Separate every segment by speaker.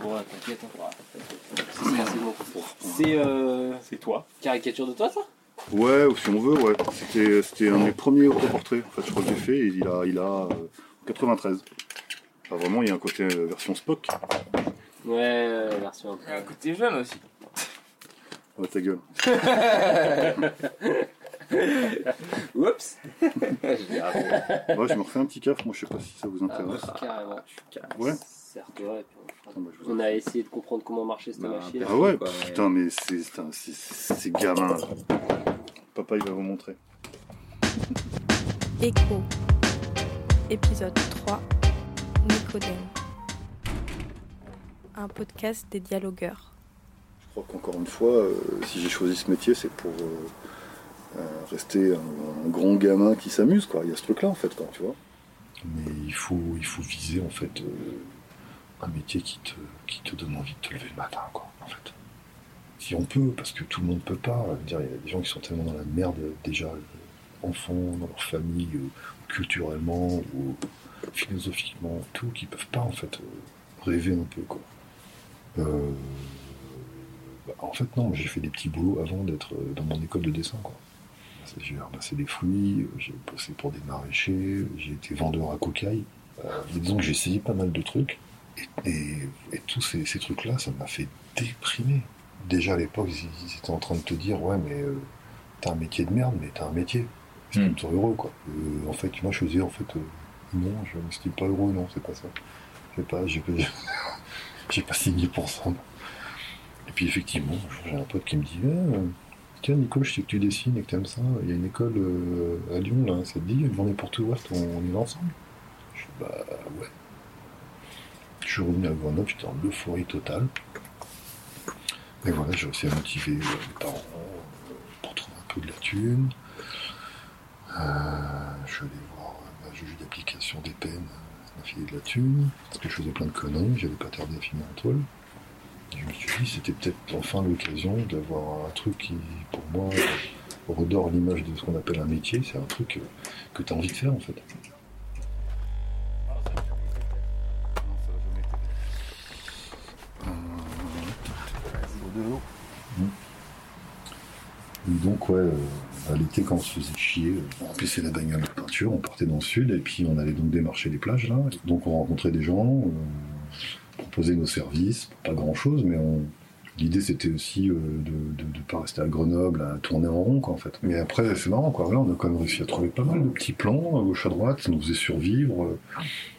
Speaker 1: Bon, ouais, t'inquiète. hein. C'est- c'est bon. C'est euh,
Speaker 2: C'est toi.
Speaker 1: caricature de toi, ça
Speaker 3: Ouais, ou si on veut, ouais. C'était, c'était un de mes premiers autoportraits. En fait, je crois que j'ai fait. Il a, il a euh, 93. Ah, vraiment, il y a un côté euh, version Spock.
Speaker 1: Ouais, ouais, version.
Speaker 4: Il y a un côté jeune aussi.
Speaker 3: Ouais, ta gueule.
Speaker 4: Oups
Speaker 3: Ouais, je me refais un petit caf. Moi, je sais pas si ça vous intéresse.
Speaker 1: Carrément.
Speaker 3: Ouais.
Speaker 1: Serre-toi, et puis on fera-
Speaker 3: Attends, bah, je vous-
Speaker 1: On a essayé de comprendre comment marchait cette
Speaker 4: Bah,
Speaker 1: machine.
Speaker 3: Ah ouais,
Speaker 4: Quoi, ouais.
Speaker 3: putain, mais c'est, putain, c'est, c'est c'est gamin. là. Papa, il va vous montrer.
Speaker 5: Écho. Épisode 3. Nicodème. Un podcast des dialogueurs.
Speaker 3: Je crois qu'encore une fois, euh, si j'ai choisi ce métier, c'est pour euh, euh, rester un, un grand gamin qui s'amuse, quoi. Il y a ce truc-là, en fait, quoi, tu vois.
Speaker 6: Mais il faut, il faut viser en fait euh, un métier qui te, qui te donne envie de te lever le matin, quoi, en fait. Si on peut, parce que tout le monde peut pas. Je veux dire, il y a des gens qui sont tellement dans la merde euh, déjà, euh, enfants, dans leur famille, euh, culturellement ou philosophiquement, tout, qui peuvent pas en fait euh, rêver un peu, quoi. Euh, bah, en fait, non, j'ai fait des petits boulots avant d'être euh, dans mon école de dessin, quoi. J'ai ramassé des fruits, j'ai bossé pour des maraîchers, j'ai été vendeur à cocaille. Euh, mais disons que j'ai essayé pas mal de trucs. Et, et- et tous ces, ces trucs-là, ça m'a fait déprimer. Déjà à l'époque, ils, ils étaient en train de te dire Ouais, mais euh, t'as un métier de merde, mais t'as un métier. C'est
Speaker 2: Hmm.
Speaker 6: plutôt heureux, quoi. Euh, en fait, moi, je faisais, en fait, euh, non, je ne suis pas heureux, non, c'est pas ça. Je sais pas, j'ai pas, j'ai pas signé pour ça. moi. Et puis, effectivement, un jour, j'ai un pote qui me dit Ah, euh, Tiens, Nico, je sais que tu dessines et que t'aimes ça. Il y a une école euh, à Lyon, là, ça te dit, une journée pour tout ouest, on, on y va ensemble Je fais, bah ouais. Je suis revenu à Grenoble, j'étais en euphorie totale. Et voilà, j'ai réussi à motiver euh, mes parents euh, pour trouver un peu de la thune. Euh, je suis allé voir euh, ma juge d'application des peines, euh, m'a filé de la thune, parce que je faisais plein de conneries, j'avais pas tardé à filmer en toile. Et Je me suis dit, c'était peut-être enfin l'occasion d'avoir un truc qui, pour moi, euh, redore l'image de ce qu'on appelle un métier. C'est un truc euh, que tu as envie de faire, en fait. Euh, Et Hmm. donc, ouais, euh, à l'été, quand on se faisait chier, euh, on remplissait la bagnole de peinture, on partait dans le sud, et puis on allait donc démarcher les plages, là. Donc, on rencontrait des gens, euh, on proposait nos services, pas grand-chose, mais on... L'idée, c'était aussi euh, de ne pas rester à Grenoble, à tourner en rond, quoi, en fait. Mais après, c'est marrant, quoi. Voilà, on a quand même réussi à trouver pas mal de petits plans, à gauche, à droite, ça nous faisait survivre. euh,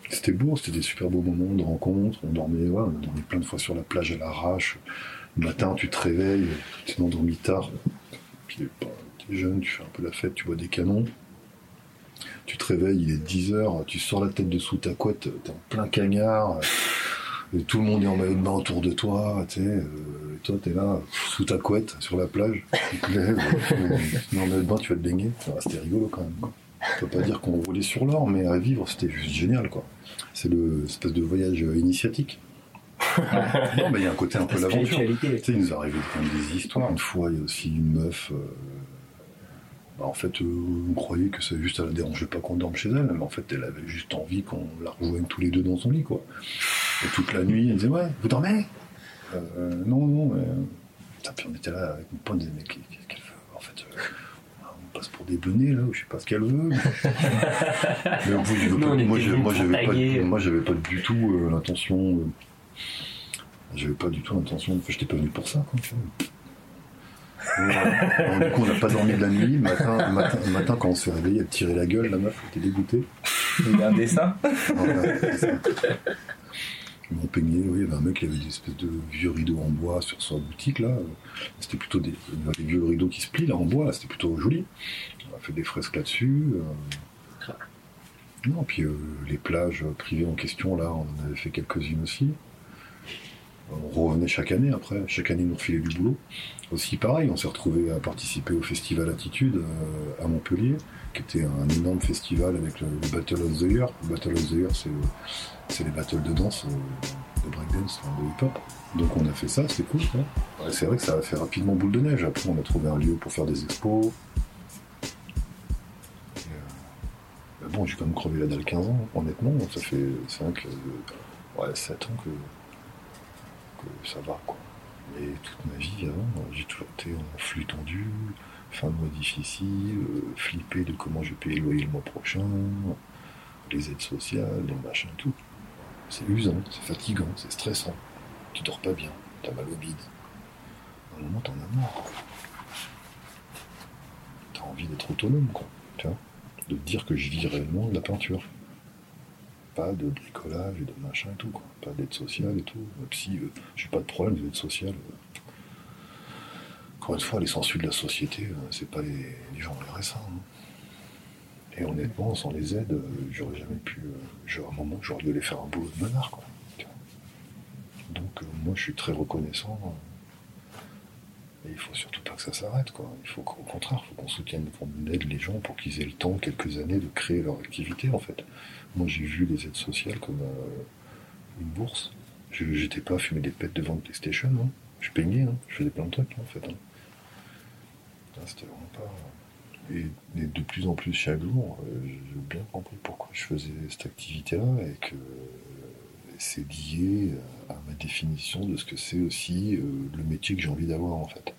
Speaker 6: C'était beau, c'était des super beaux moments de rencontres. On dormait, ouais, on dormait plein de fois sur la plage à l'arrache. Le matin, tu te réveilles, tu t'endormis tard, puis bah, t'es jeune, tu fais un peu la fête, tu vois des canons. Tu te réveilles, il est 10h, tu sors la tête de sous ta couette, t'es en plein cagnard, euh, et tout le monde est en maillot de bain autour de toi, tu sais, euh, et toi t'es là, sous ta couette, sur la plage, tu te lèves, euh, tu es en maillot de bain, tu vas te baigner. Enfin, c'était rigolo quand même. quoi. On peut pas dire qu'on roulait sur l'or, mais à vivre, c'était juste génial, quoi. C'est le espèce de voyage euh, initiatique. non, mais il y a un côté un peu l'aventure. Tu sais, il nous arrivait quand même des histoires. Une fois, il y a aussi une meuf. euh, bah, en fait, euh, on croyait que ça, juste, ça la dérangeait pas qu'on dorme chez elle, mais en fait, elle avait juste envie qu'on la rejoigne tous les deux dans son lit, quoi. Et toute la nuit, elle disait Ouais, vous dormez Euh, Non, non, mais. Putain, puis on était là avec mon pote, on disait Mais qu'est-ce qu'elle veut En fait, euh, on passe pour des benets, là, ou je sais pas ce qu'elle veut. Mais, mais au bout du-
Speaker 2: Nous, on
Speaker 6: moi,
Speaker 2: était
Speaker 6: j'ai- moi,
Speaker 2: venus
Speaker 6: j'avais
Speaker 2: pour
Speaker 6: pas,
Speaker 2: tailler.
Speaker 6: moi, j'avais pas du tout euh, l'intention. euh, j'avais pas du tout l'intention, enfin, j'étais pas venu pour ça. Quoi. tu vois. Ouais. Alors, du coup, on n'a pas dormi de la nuit. Le matin, le matin, le matin, quand on s'est réveillé, elle tirait la gueule, la meuf, elle était dégoûtée.
Speaker 4: Il y a un dessin
Speaker 6: Voilà, c'est ça. Ils m'ont peigné, oui, il y avait un mec qui avait des espèces de vieux rideaux en bois sur sa boutique, là. C'était plutôt des, euh, des vieux rideaux qui se plient, là, en bois, là, c'était plutôt joli. On a fait des fresques là-dessus. euh. Non, puis euh, les plages privées en question, là, on en avait fait quelques-unes aussi. On revenait chaque année après, chaque année ils nous refilait du boulot. Aussi pareil, on s'est retrouvé à participer au festival Attitude euh, à Montpellier, qui était un énorme festival avec le, le Battle of the Year. Le Battle of the Year, c'est c'est les battles de danse, euh, de breakdance, enfin, de hip-hop. Donc on a fait ça, c'était cool. quoi.
Speaker 2: hein.
Speaker 6: Ouais, c'est vrai que ça a fait rapidement boule de neige. Après, on a trouvé un lieu pour faire des expos. Et, euh,
Speaker 2: bah bon, j'ai quand même crevé la dalle 15 ans, honnêtement. Ça fait 5, ouais, 7 ans que, que ça va, quoi. Mais toute ma vie, hein, j'ai toujours été en flux tendu, fin de mois difficile, euh, flippé de comment je vais payer le loyer le mois prochain, les aides sociales, les machins, tout. C'est usant, c'est fatigant, c'est stressant. Tu dors pas bien, t'as mal au bide. À un moment, t'en as marre. quoi. T'as envie d'être autonome, quoi. Tu vois de te dire que je vis réellement de la peinture. Pas de bricolage et de machin et tout, quoi. Pas d'aide sociale et tout. Même si euh, j'ai pas de problème d'aide sociale. euh. Encore une fois, les sensus de la société, euh, c'est pas les, les gens en RSA. hein. Et honnêtement, sans les aides, euh, j'aurais jamais pu. euh, j'aurais- à un moment, j'aurais dû aller faire un boulot de menard, quoi. Tu vois. Donc, euh, moi, je suis très reconnaissant. hein. Et il faut surtout pas que ça s'arrête, quoi. Il faut qu'au contraire, il faut qu'on soutienne, qu'on aide les gens pour qu'ils aient le temps, quelques années, de créer leur activité, en fait. Moi, j'ai vu les aides sociales comme euh, une bourse. Je n'étais pas à fumer des pètes devant le PlayStation, hein. Je peignais, hein. Je faisais plein de trucs, hein, en fait. hein. Putain, C'était vraiment pas... Et, et de plus en plus, chaque jour, euh, j'ai bien compris pourquoi je faisais cette activité-là et que euh, c'est lié euh, à ma définition de ce que c'est aussi euh, le métier que j'ai envie d'avoir, en fait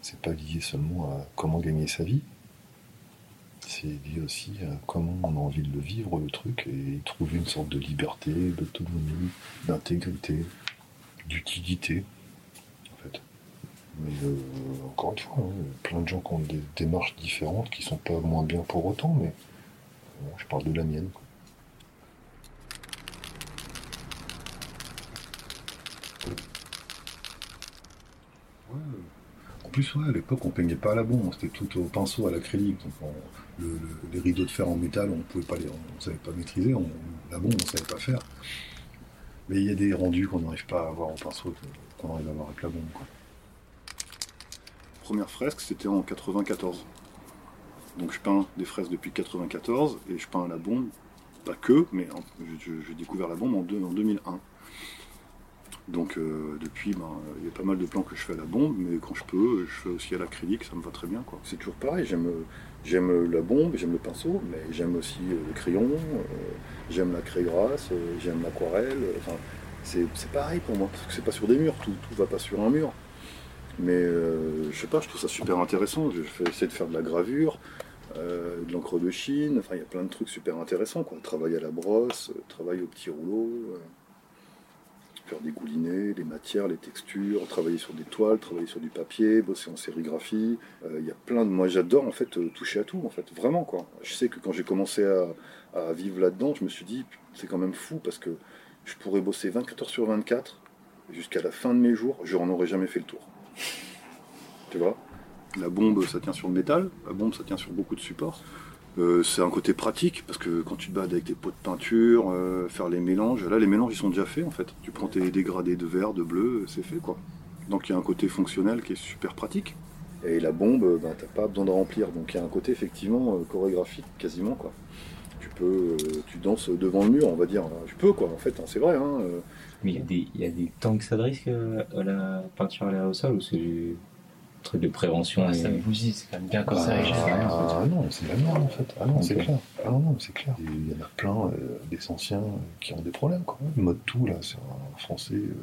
Speaker 2: c'est pas lié seulement à comment gagner sa vie, c'est lié aussi à comment on a envie de le vivre, le truc, et y trouver une sorte de liberté, d'autonomie, d'intégrité, d'utilité, en fait. Mais euh, encore une fois, hein, plein de gens qui ont des démarches différentes, qui sont pas moins bien pour autant, mais bon, je parle de la mienne. quoi. Ouais, euh, en plus, ouais, à l'époque, on peignait pas à la bombe, c'était tout au pinceau, à l'acrylique. Donc, on- le- le- les rideaux de fer en métal, on pouvait pas les, on savait pas maîtriser. On, la bombe, on savait pas faire. Mais il y a des rendus qu'on n'arrive pas à avoir au pinceau, qu'on- qu'on arrive à avoir avec la bombe. quoi.
Speaker 6: Première fresque, c'était en 94. Donc je peins des fresques depuis 94 et je peins la bombe, pas que, mais en- je- je- j'ai découvert la bombe en, deux- en 2001. Donc euh, depuis, ben, euh, il y a pas mal de plans que je fais à la bombe, mais quand je peux, je fais aussi à l'acrylique, ça me va très bien. quoi. C'est toujours pareil, j'aime euh, j'aime la bombe, j'aime le pinceau, mais j'aime aussi euh, le crayon, euh, j'aime la craie grasse, euh, j'aime l'aquarelle. euh, Enfin, c'est c'est pareil pour moi, parce que c'est pas sur des murs, tout, tout va pas sur un mur. Mais euh, je sais pas, je trouve ça super intéressant. Je vais essayer de faire de la gravure, euh, de l'encre de Chine. Enfin, il y a plein de trucs super intéressants. Quoi. Travailler à la brosse, euh, travailler au petit rouleau, euh, faire des goulinets, les matières, les textures, travailler sur des toiles, travailler sur du papier, bosser en sérigraphie. Euh, Il y a plein de. Moi, j'adore en fait euh, toucher à tout. En fait, vraiment quoi. Je sais que quand j'ai commencé à, à vivre là-dedans, je me suis dit c'est quand même fou parce que je pourrais bosser 24 heures sur 24 jusqu'à la fin de mes jours. Je n'en aurais jamais fait le tour tu vois. La bombe, ça tient sur le métal, la bombe, ça tient sur beaucoup de supports. Euh, c'est un côté pratique, parce que quand tu te balades avec tes pots de peinture, euh, faire les mélanges, là, les mélanges, ils sont déjà faits, en fait. Tu prends tes dégradés de vert, de bleu, c'est fait, quoi. Donc, il y a un côté fonctionnel qui est super pratique. Et la bombe, euh, ben, t'as pas besoin de remplir, donc il y a un côté, effectivement, euh, chorégraphique, quasiment, quoi. Tu peux, euh, tu danses devant le mur, on va dire. Je peux, quoi, en fait, hein, c'est vrai, hein, euh,
Speaker 7: Mais il y, a des- il y a des temps que ça de risque euh, à la peinture à l'aérosol ou c'est du truc de prévention
Speaker 4: Ah,
Speaker 7: et-
Speaker 4: ça bougie, c'est quand même
Speaker 2: Bah,
Speaker 4: bien cancérigène.
Speaker 2: Ah non, c'est la merde en fait. Ah non, c'est
Speaker 7: Ok.
Speaker 2: clair. Ah non, non, c'est clair. Il y en a plein euh, des anciens euh, qui ont des problèmes quand même. Mode tout là, c'est un Français. euh,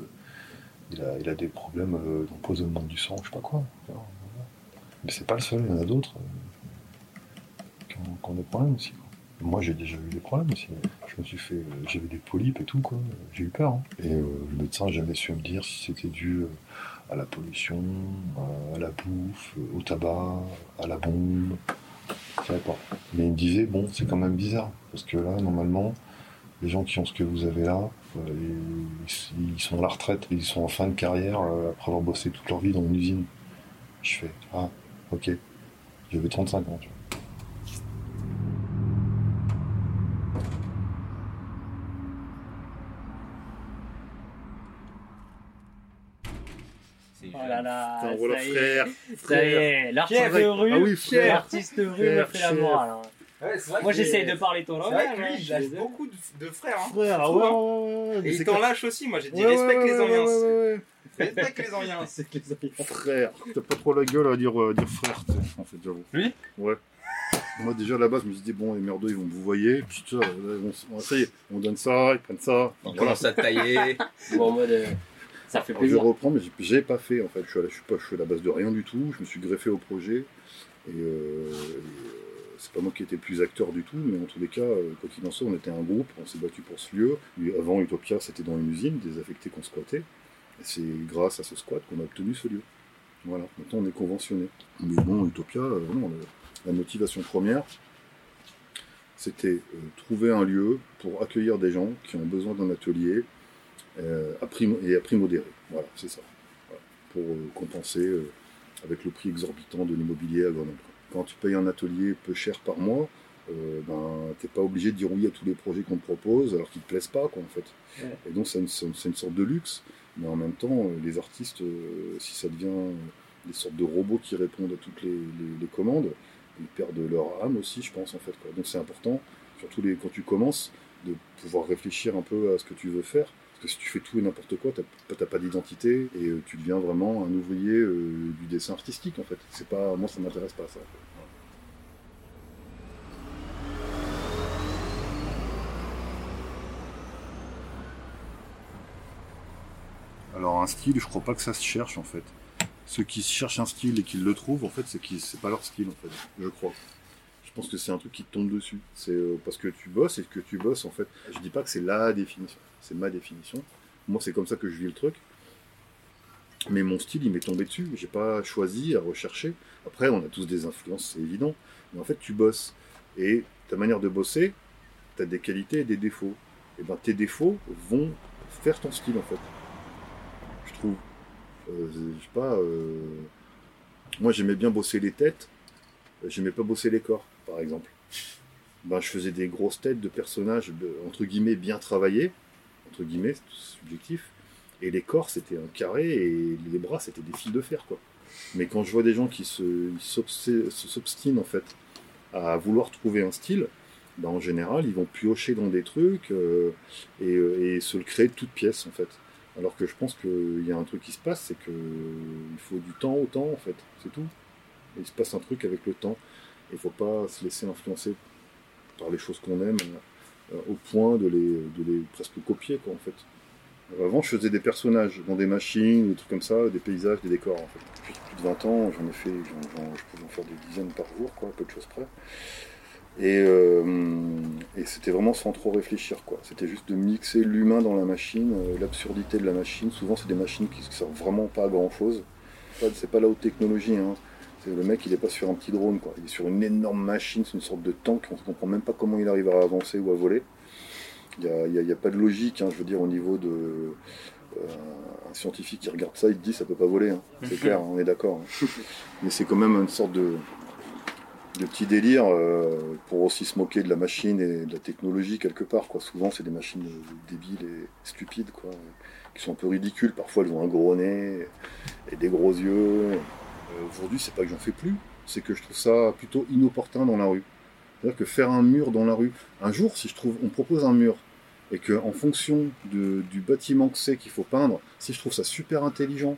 Speaker 2: il, a, il a des problèmes euh, d'empoisonnement du sang, je sais pas quoi. Mais c'est pas le seul, il y en a d'autres euh, qui, ont, qui ont des problèmes aussi. quoi. Moi j'ai déjà eu des problèmes aussi. Je me suis fait. euh, J'avais des polypes et tout quoi. J'ai eu peur. hein. Et euh, le médecin n'a jamais su me dire si c'était dû. euh, à la pollution, à la bouffe, euh, au tabac, à la bombe. Je savais pas. Mais il me disait, bon, c'est quand même bizarre, parce que là, normalement, les gens qui ont ce que vous avez là, euh, ils, ils sont à la retraite, ils sont en fin de carrière euh, après avoir bossé toute leur vie dans une usine. Je fais, ah, ok, j'avais 35 ans. tu vois.
Speaker 7: c'est
Speaker 8: Oh là là,
Speaker 6: Putain,
Speaker 8: ça
Speaker 6: voilà,
Speaker 8: y est,
Speaker 6: frère,
Speaker 8: ça y
Speaker 6: frère.
Speaker 8: est, l'artiste
Speaker 6: Pierre de rue, Ah oui, frère.
Speaker 8: l'artiste de rue m'a fait la
Speaker 6: Frère,
Speaker 8: morale. hein.
Speaker 4: Ouais, c'est vrai
Speaker 8: Moi
Speaker 4: que-
Speaker 8: j'essaye de parler ton
Speaker 4: C'est
Speaker 8: langage.
Speaker 4: vrai que
Speaker 8: hein,
Speaker 4: lui,
Speaker 8: je
Speaker 4: il
Speaker 8: suis
Speaker 4: lâche
Speaker 8: désolé.
Speaker 4: beaucoup de, de frères. Hein.
Speaker 6: Frère, ah ouais, ouais, ouais, ouais, Oh, mais
Speaker 4: Et il
Speaker 6: c'est
Speaker 4: t'en
Speaker 6: clair.
Speaker 4: lâche aussi, moi j'ai dit
Speaker 6: Ouais,
Speaker 4: respecte
Speaker 6: ouais,
Speaker 4: les
Speaker 6: ouais, ouais,
Speaker 4: ambiances.
Speaker 6: ouais, ouais, ouais.
Speaker 4: Respecte les ambiances.
Speaker 8: C'est que les autres.
Speaker 6: Frère, t'as pas trop la gueule à dire, euh, à dire frère, t'sais, en fait, j'avoue.
Speaker 4: Lui
Speaker 6: Ouais. Moi, déjà, à la base, je me suis dit, bon, les merdeux, ils vont vous voyer. Putain, là, on, on- ça y est, on donne ça, ils prennent ça.
Speaker 8: On
Speaker 6: Voilà.
Speaker 8: commence à tailler.
Speaker 1: Ou en mode. euh, ça fait
Speaker 6: Alors, je
Speaker 1: plaisir.
Speaker 6: reprends, mais j'ai- j'ai pas fait en fait. Je suis, à la- je suis pas, je suis à la base de rien du tout. Je me suis greffé au projet. Et, euh, et, euh, c'est pas moi qui étais le plus acteur du tout, mais en tous les cas, euh, quoi qu'il en soit, on était un groupe, on s'est battu pour ce lieu. Et avant Utopia, c'était dans une usine, des affectés qu'on squattait. Et c'est grâce à ce squat qu'on a obtenu ce lieu. Voilà, maintenant on est conventionné. Mais bon, Utopia, euh, non, la, la motivation première, c'était euh, trouver un lieu pour accueillir des gens qui ont besoin d'un atelier euh, à prix, et à prix modéré. Voilà, c'est ça. Voilà. Pour euh, compenser euh, avec le prix exorbitant de l'immobilier à Grenoble. Quand tu payes un atelier peu cher par mois, euh, ben, t'es pas obligé de dire oui à tous les projets qu'on te propose alors qu'ils te plaisent pas, quoi, en fait.
Speaker 1: Ouais.
Speaker 6: Et donc, c'est une, c'est une- c'est une sorte de luxe, mais en même temps, euh, les artistes, euh, si ça devient euh, des sortes de robots qui répondent à toutes les, les- les commandes, ils perdent leur âme aussi, je pense, en fait. quoi. Donc, c'est important, surtout les, quand tu commences, de pouvoir réfléchir un peu à ce que tu veux faire. Parce que si tu fais tout et n'importe quoi, t'as pas- t'as pas d'identité et euh, tu deviens vraiment un ouvrier euh, du dessin artistique en fait. C'est pas, moi ça m'intéresse pas ça. Alors un style, je crois pas que ça se cherche en fait. Ceux qui cherchent un style et qui le trouvent en fait, c'est qu'ils c'est pas leur style en fait. Je crois. Je pense que c'est un truc qui te tombe dessus. C'est euh, parce que tu bosses et que tu bosses en fait. Je dis pas que c'est la définition. C'est ma définition. Moi, c'est comme ça que je vis le truc. Mais mon style, il m'est tombé dessus. J'ai pas choisi à rechercher. Après, on a tous des influences, c'est évident. Mais en fait, tu bosses. Et ta manière de bosser, tu as des qualités et des défauts. Et ben, tes défauts vont faire ton style, en fait. Je trouve. Euh, je sais pas. euh, Moi, j'aimais bien bosser les têtes. J'aimais pas bosser les corps, par exemple. Ben, je faisais des grosses têtes de personnages, de- entre guillemets, bien travaillés entre guillemets, c'est subjectif. Et les corps, c'était un carré et les bras, c'était des fils de fer, quoi. Mais quand je vois des gens qui se ils s'obsé- se- s'obstinent, en fait, à vouloir trouver un style, ben, en général, ils vont piocher dans des trucs euh, et, euh, et se le créer de toutes pièces, en fait. Alors que je pense qu'il y a un truc qui se passe, c'est que il faut du temps au temps, en fait. C'est tout. Et il se passe un truc avec le temps. Il faut pas se laisser influencer par les choses qu'on aime euh, au point de les, de les presque copier, quoi, en fait. Avant, je faisais des personnages dans des machines, des trucs comme ça, des paysages, des décors, en fait. Depuis plus de 20 ans, j'en ai fait, j'en- j'en- je pouvais en faire des dizaines par jour, quoi, à peu de choses près. Et, euh, et c'était vraiment sans trop réfléchir, quoi. C'était juste de mixer l'humain dans la machine, euh, l'absurdité de la machine. Souvent, c'est des machines qui ne servent vraiment pas à grand-chose. Pas- C'est pas la haute technologie, hein. C'est- Le mec, il n'est pas sur un petit drone, quoi. Il est sur une énorme machine, c'est une sorte de tank. On ne comprend même pas comment il arrive à avancer ou à voler. Il n'y a, pas de logique, hein, je veux dire, au niveau de. euh, un scientifique qui regarde ça, il te dit ça peut pas voler. hein. C'est clair, on est d'accord. hein. Mais c'est quand même une sorte de, de petit délire euh, pour aussi se moquer de la machine et de la technologie quelque part. Quoi. Souvent, c'est des machines euh, débiles et stupides, quoi, qui sont un peu ridicules. Parfois, elles ont un gros nez et des gros yeux. Euh, Aujourd'hui, c'est pas que j'en fais plus, c'est que je trouve ça plutôt inopportun dans la rue. C'est-à-dire que faire un mur dans la rue, un jour, si je trouve, on propose un mur, et que en fonction de- du bâtiment que c'est qu'il faut peindre, si je trouve ça super intelligent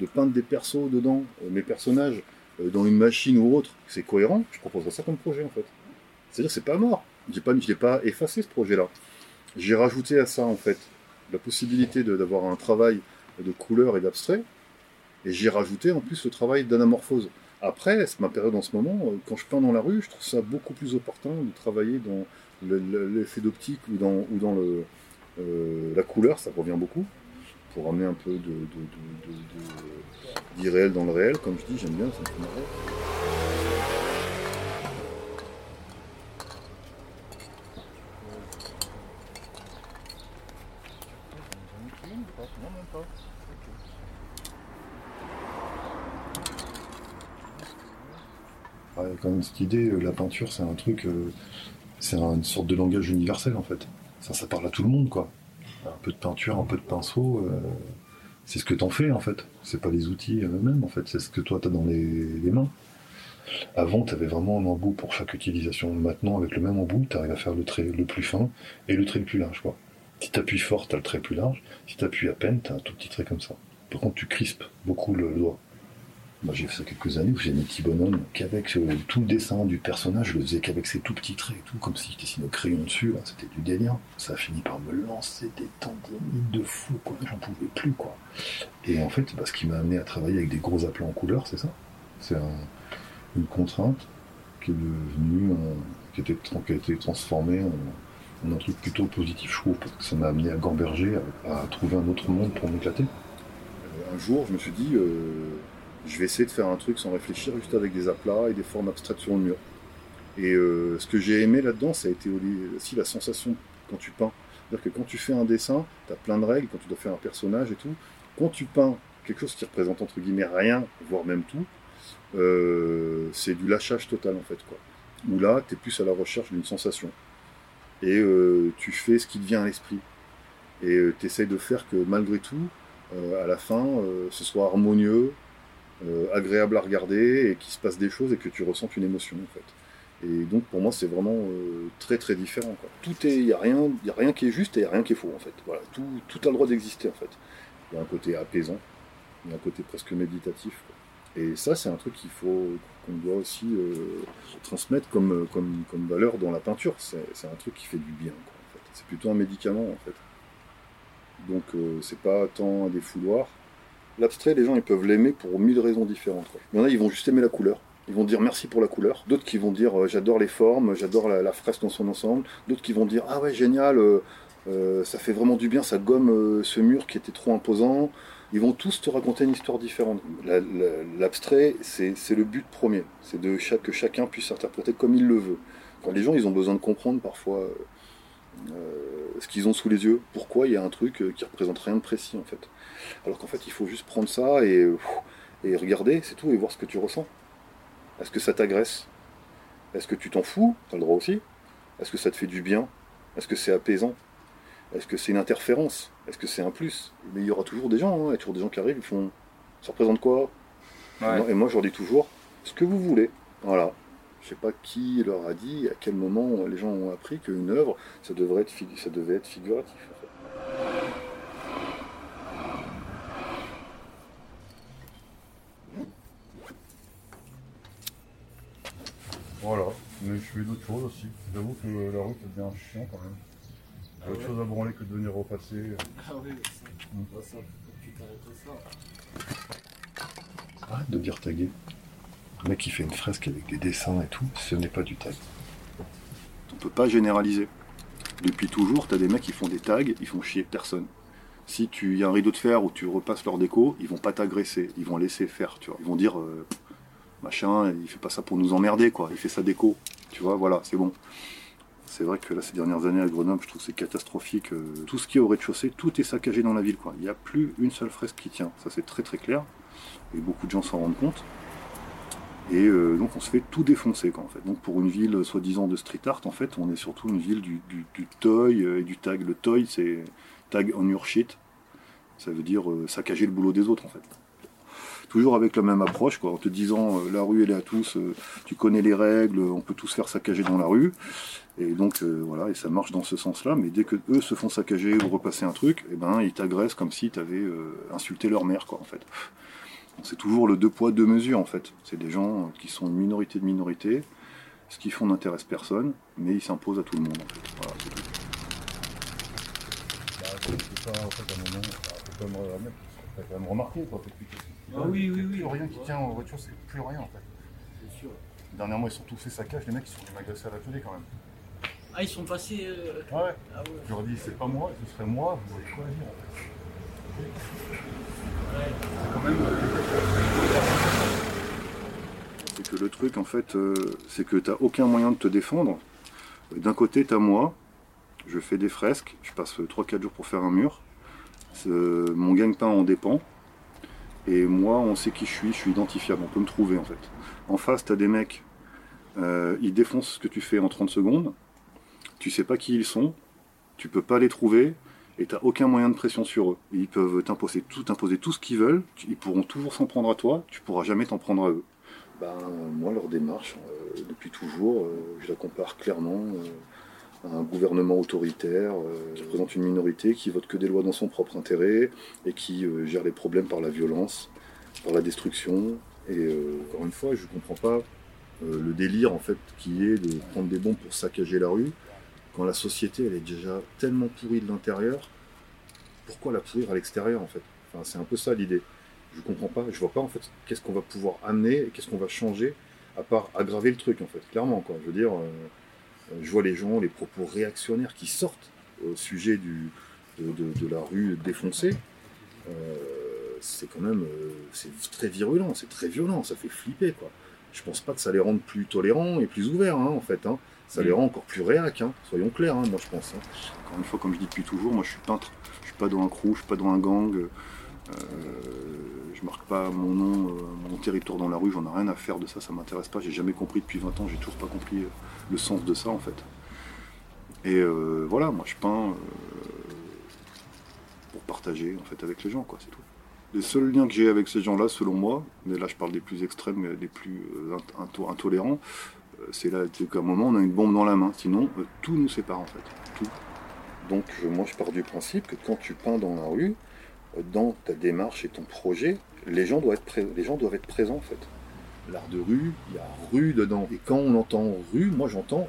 Speaker 6: de peindre des persos dedans, euh, mes personnages, euh, dans une machine ou autre, c'est cohérent, je proposerai ça comme projet en fait. C'est-à-dire que c'est pas mort. J'ai pas, je l'ai pas effacé ce projet-là. J'ai rajouté à ça en fait la possibilité de- d'avoir un travail de couleur et d'abstrait, et j'ai rajouté en plus le travail d'anamorphose. Après, c'est ma période en ce moment, euh, quand je peins dans la rue, je trouve ça beaucoup plus opportun de travailler dans le- le- l'effet d'optique ou dans, ou dans le, euh, la couleur, ça revient beaucoup, pour amener un peu de- de- de- de- de- d'irréel dans le réel, comme je dis, j'aime bien, ça me fait marrer.
Speaker 2: Ouais, Ah, il y a quand même cette idée, euh, la peinture, c'est un truc, euh, c'est un- une sorte de langage universel en fait. Ça, ça parle à tout le monde, quoi. Un peu de peinture, un peu de pinceau, euh, c'est ce que t'en fais en fait. C'est pas les outils eux-mêmes en fait, c'est ce que toi t'as dans les, les mains. Avant, t'avais vraiment un embout pour chaque utilisation. Maintenant, avec le même embout, t'arrives à faire le trait le plus fin et le trait le plus large, quoi. Si t'appuies fort, t'as le trait plus large. Si t'appuies à peine, t'as un tout petit trait comme ça. Par contre, tu crispes beaucoup le, le doigt. Moi, j'ai fait ça quelques années où j'ai mis petits bonhommes qu'avec euh, tout le dessin du personnage, je le faisais qu'avec ses tout petits traits et tout, comme si je dessinais au crayon dessus, là, c'était du délire. Ça a fini par me lancer des tendinites de fou, quoi, j'en pouvais plus, quoi. Et en fait, bah, ce qui m'a amené à travailler avec des gros aplats en couleur, c'est ça. C'est un- une contrainte qui est devenue, un- qui, était, tran- qui a été transformée en, en un truc plutôt positif, je trouve, parce que ça m'a amené à gamberger, à, à trouver un autre monde pour m'éclater.
Speaker 6: Euh, Un jour, je me suis dit, euh, je vais essayer de faire un truc sans réfléchir, juste avec des aplats et des formes abstraites sur le mur. Et euh, ce que j'ai aimé là-dedans, ça a été aussi la sensation quand tu peins. C'est-à-dire que quand tu fais un dessin, tu as plein de règles, quand tu dois faire un personnage et tout. Quand tu peins quelque chose qui représente entre guillemets rien, voire même tout, euh, c'est du lâchage total en fait. Quoi. Où là, tu es plus à la recherche d'une sensation. Et euh, tu fais ce qui te vient à l'esprit. Et tu essayes de faire que malgré tout, euh, à la fin, euh, ce soit harmonieux, euh, agréable à regarder et qu'il se passe des choses et que tu ressentes une émotion en fait. Et donc pour moi c'est vraiment euh, très très différent. Quoi. Tout est, il n'y a rien, il y a rien qui est juste et il n'y a rien qui est faux en fait. Voilà, tout, tout a le droit d'exister en fait. Il y a un côté apaisant, il y a un côté presque méditatif. quoi. Et ça c'est un truc qu'il faut, qu'on doit aussi euh, transmettre comme, euh, comme, comme valeur dans la peinture. C'est, c'est un truc qui fait du bien. quoi, en fait. C'est plutôt un médicament en fait. Donc euh, c'est pas tant un défouloir. L'abstrait, les gens ils peuvent l'aimer pour mille raisons différentes. quoi. Il y en a, ils vont juste aimer la couleur. Ils vont dire merci pour la couleur. D'autres qui vont dire euh, j'adore les formes, j'adore la, la fresque dans son ensemble. D'autres qui vont dire ah ouais génial, euh, euh, ça fait vraiment du bien, ça gomme euh, ce mur qui était trop imposant. Ils vont tous te raconter une histoire différente. La- la- L'abstrait, c'est c'est le but premier. C'est de chaque, que chacun puisse interpréter comme il le veut. Quand les gens ils ont besoin de comprendre parfois euh, euh, ce qu'ils ont sous les yeux, pourquoi il y a un truc euh, qui représente rien de précis en fait. Alors qu'en fait, il faut juste prendre ça et, euh, et regarder, c'est tout, et voir ce que tu ressens. Est-ce que ça t'agresse Est-ce que tu t'en fous T'as le droit aussi. Est-ce que ça te fait du bien Est-ce que c'est apaisant Est-ce que c'est une interférence Est-ce que c'est un plus Mais il y aura toujours des gens, hein, il y a toujours des gens qui arrivent, ils font ça représente quoi
Speaker 4: Ouais.
Speaker 6: Et moi, je leur dis toujours ce que vous voulez. Voilà. Je sais pas qui leur a dit, à quel moment les gens ont appris qu'une œuvre, ça, devrait être, figu- ça devait être figuratif. en fait.
Speaker 8: Voilà, mais je fais d'autres choses aussi. J'avoue que la route est bien chiant quand même. Il y a autre chose à branler que de venir repasser. euh,
Speaker 2: Arrête de dire taguer. Le mec qui fait une fresque avec des dessins et tout, ce n'est pas du tag.
Speaker 8: Ah,
Speaker 6: On peut pas généraliser. Depuis toujours, tu as des mecs qui font des tags, ils font chier personne. Si tu y a un rideau de fer où tu repasses leur déco, ils vont pas t'agresser, ils vont laisser faire, tu vois. Ils vont dire euh, machin, il fait pas ça pour nous emmerder quoi, il fait sa déco. Tu vois, voilà, c'est bon. C'est vrai que là ces dernières années à Grenoble, je trouve que c'est catastrophique. euh, Tout ce qui est au rez-de-chaussée, tout est saccagé dans la ville quoi. Il n'y a plus une seule fresque qui tient. Ça c'est très très clair et beaucoup de gens s'en rendent compte. Et euh, donc on se fait tout défoncer quoi en fait. Donc pour une ville euh, soi-disant de street art en fait, on est surtout une ville du, du, du toy euh, et du tag. Le toy c'est tag on your shit. Ça veut dire euh, saccager le boulot des autres en fait. Toujours avec la même approche quoi, en te disant euh, la rue elle est à tous, euh, tu connais les règles, on peut tous se faire saccager dans la rue. Et donc euh, voilà, et ça marche dans ce sens-là, mais dès que eux se font saccager ou repasser un truc, eh ben ils t'agressent comme si t'avais euh, insulté leur mère quoi en fait. C'est toujours le deux poids, deux mesures en fait. C'est des gens euh, qui sont une minorité de minorité. Ce qu'ils font n'intéresse personne, mais ils s'imposent à tout le monde. En fait. Voilà, c'est tout.
Speaker 8: Bah, c'est ça, en fait, à un moment, ça fait quand même, remarquer, ça fait quand même remarquer, quoi. Parce que tu-
Speaker 4: Ah oui,
Speaker 8: il y a
Speaker 4: oui,
Speaker 8: Plus
Speaker 4: oui.
Speaker 8: rien qui tient en voiture, c'est plus rien, en fait. Dernièrement, ils sont tous fait saccage, les mecs, ils sont venus m'agresser à l'atelier quand même.
Speaker 4: Ah, ils sont passés. euh,
Speaker 8: Ouais,
Speaker 4: Ah ouais.
Speaker 8: je leur dis, c'est pas moi, ce serait moi, vous avez quoi à dire, en fait.
Speaker 6: C'est que le truc, en fait, euh, c'est que t'as aucun moyen de te défendre. D'un côté, t'as moi, je fais des fresques, je passe 3-4 jours pour faire un mur. C'est- euh, mon gagne-pain en dépend. Et moi, on sait qui je suis, je suis identifiable, on peut me trouver en fait. En face, t'as des mecs, euh, ils défoncent ce que tu fais en 30 secondes, tu sais pas qui ils sont, tu peux pas les trouver, et t'as aucun moyen de pression sur eux. Ils peuvent t'imposer tout, t'imposer tout ce qu'ils veulent, tu- ils pourront toujours s'en prendre à toi, tu pourras jamais t'en prendre à eux. Ben, moi, leur démarche, euh, depuis toujours, euh, je la compare clairement euh, à un gouvernement autoritaire euh, qui représente une minorité, qui vote que des lois dans son propre intérêt et qui euh, gère les problèmes par la violence, par la destruction Et euh, encore une fois, je ne comprends pas euh, le délire en fait qui est de prendre des bombes pour saccager la rue quand la société elle est déjà tellement pourrie de l'intérieur. Pourquoi la pourrir à l'extérieur en fait Enfin, c'est un peu ça l'idée. Je comprends pas, je vois pas en fait qu'est-ce qu'on va pouvoir amener et qu'est-ce qu'on va changer à part aggraver le truc en fait. Clairement quoi. Je veux dire, euh, je vois les gens, les propos réactionnaires qui sortent au sujet du, de, de- de la rue défoncée. Euh, c'est quand même euh, c'est très virulent, c'est très violent, ça fait flipper quoi. Je pense pas que ça les rende plus tolérants et plus ouverts hein, en fait. hein. Ça les rend encore plus réac, hein, soyons clairs, hein, moi je pense. hein. Encore une fois, comme je dis depuis toujours, moi je suis peintre, je suis pas dans un crew, je suis pas dans un gang. Euh, je marque pas mon nom, euh, mon territoire dans la rue, j'en ai rien à faire de ça, ça m'intéresse pas, j'ai jamais compris depuis 20 ans, j'ai toujours pas compris euh, le sens de ça en fait. Et euh, voilà, moi je peins euh, pour partager en fait avec les gens, quoi, c'est tout. Les seuls liens que j'ai avec ces gens-là, selon moi, mais là je parle des plus extrêmes, euh, des plus euh, int- into- intolérants, euh, c'est là c'est qu'à un moment on a une bombe dans la main, sinon euh, tout nous sépare en fait, tout. Donc euh, moi je pars du principe que quand tu peins dans la rue, euh, dans ta démarche et ton projet, les gens doivent être, pré- les gens doivent être présents en fait. L'art de rue, il y a rue dedans. Et quand on entend rue, moi j'entends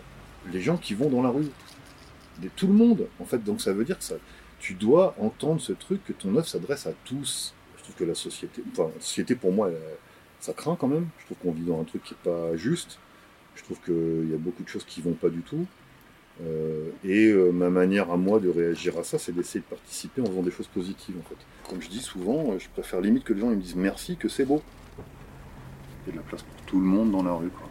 Speaker 6: les gens qui vont dans la rue. Des- tout le monde, en fait. Donc ça veut dire que ça, tu dois entendre ce truc, que ton œuvre s'adresse à tous. Je trouve que la société, enfin, la société pour moi, elle, ça craint quand même. Je trouve qu'on vit dans un truc qui n'est pas juste. Je trouve qu'il y a beaucoup de choses qui vont pas du tout. Euh, et euh, ma manière à moi de réagir à ça, c'est d'essayer de participer en faisant des choses positives, en fait. Comme je dis souvent, euh, je préfère limite que les gens ils me disent merci que c'est beau. Il y a de la place pour tout le monde dans la rue, quoi.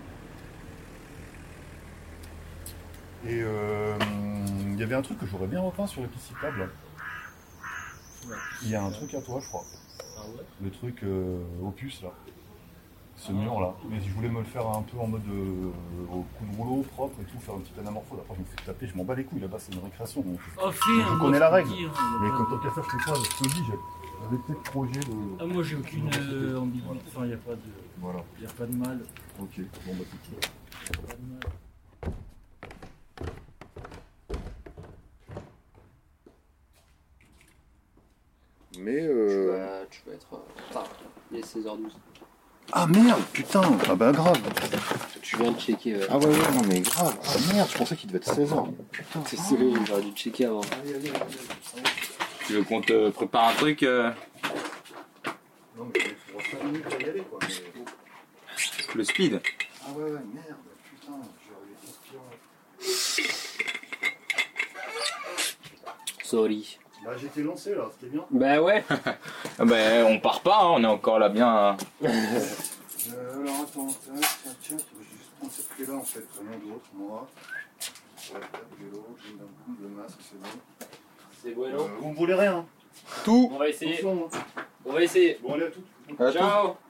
Speaker 8: Et euh, il y avait un truc que j'aurais bien repeint sur les pistes cyclables. Il y a un truc à toi, je crois.
Speaker 4: Ah ouais Ah.
Speaker 8: Le truc euh, opus, là. Ce mur, là. Mais je voulais me le faire un peu en mode euh, au coup de rouleau propre et tout, faire une petite anamorphose. Après, je me fais taper, je m'en bats les couilles là-bas, c'est une récréation. donc. euh,
Speaker 4: Oh, fais
Speaker 8: Je
Speaker 4: un,
Speaker 8: connais
Speaker 4: moi,
Speaker 8: la
Speaker 4: peux
Speaker 8: règle.
Speaker 4: dire.
Speaker 8: Mais comme tant qu'à faire, je fais pas, je te dis, j'ai- j'avais peut-être projet de.
Speaker 4: Ah, moi, j'ai aucune euh,
Speaker 8: Voilà.
Speaker 4: ambiguïté. Enfin, il n'y a pas de.
Speaker 8: Voilà,
Speaker 4: Il a pas de mal.
Speaker 8: ok. Bon, bah, c'est tout.
Speaker 4: Pas de mal.
Speaker 6: Mais. euh,
Speaker 1: vas, vas être. euh, tard. Il est 16h12.
Speaker 6: Ah merde, putain Ah bah grave
Speaker 1: Tu viens de checker. ouais.
Speaker 6: Ah ouais, ouais, non mais grave Ah merde, je pensais qu'il devait être 16h. Putain,
Speaker 1: C'est serré, j'aurais dû checker avant.
Speaker 9: Tu veux qu'on te prépare un truc euh,
Speaker 6: Non, mais il faut 5 minutes pour y aller, quoi. mais-
Speaker 9: Le speed
Speaker 6: Ah ouais, ouais, merde, putain, j'aurais été espion.
Speaker 1: Sorry.
Speaker 6: Bah j'étais lancé là, c'était bien.
Speaker 1: Bah ouais.
Speaker 9: Ah ben, on part pas, hein, on est encore là bien.
Speaker 6: Euh, alors attends, tiens, tiens, tiens, je vais juste prendre cette clé là en fait, rien d'autre, moi. Ouais, vélo, j'ai un coup, le masque, c'est bon.
Speaker 1: C'est bon,
Speaker 6: Euh, vous me voulez rien
Speaker 1: On va
Speaker 6: Attention, hein.
Speaker 1: On va essayer.
Speaker 4: Bah,
Speaker 1: Euh,
Speaker 6: Bon allez à tout.
Speaker 1: Ciao.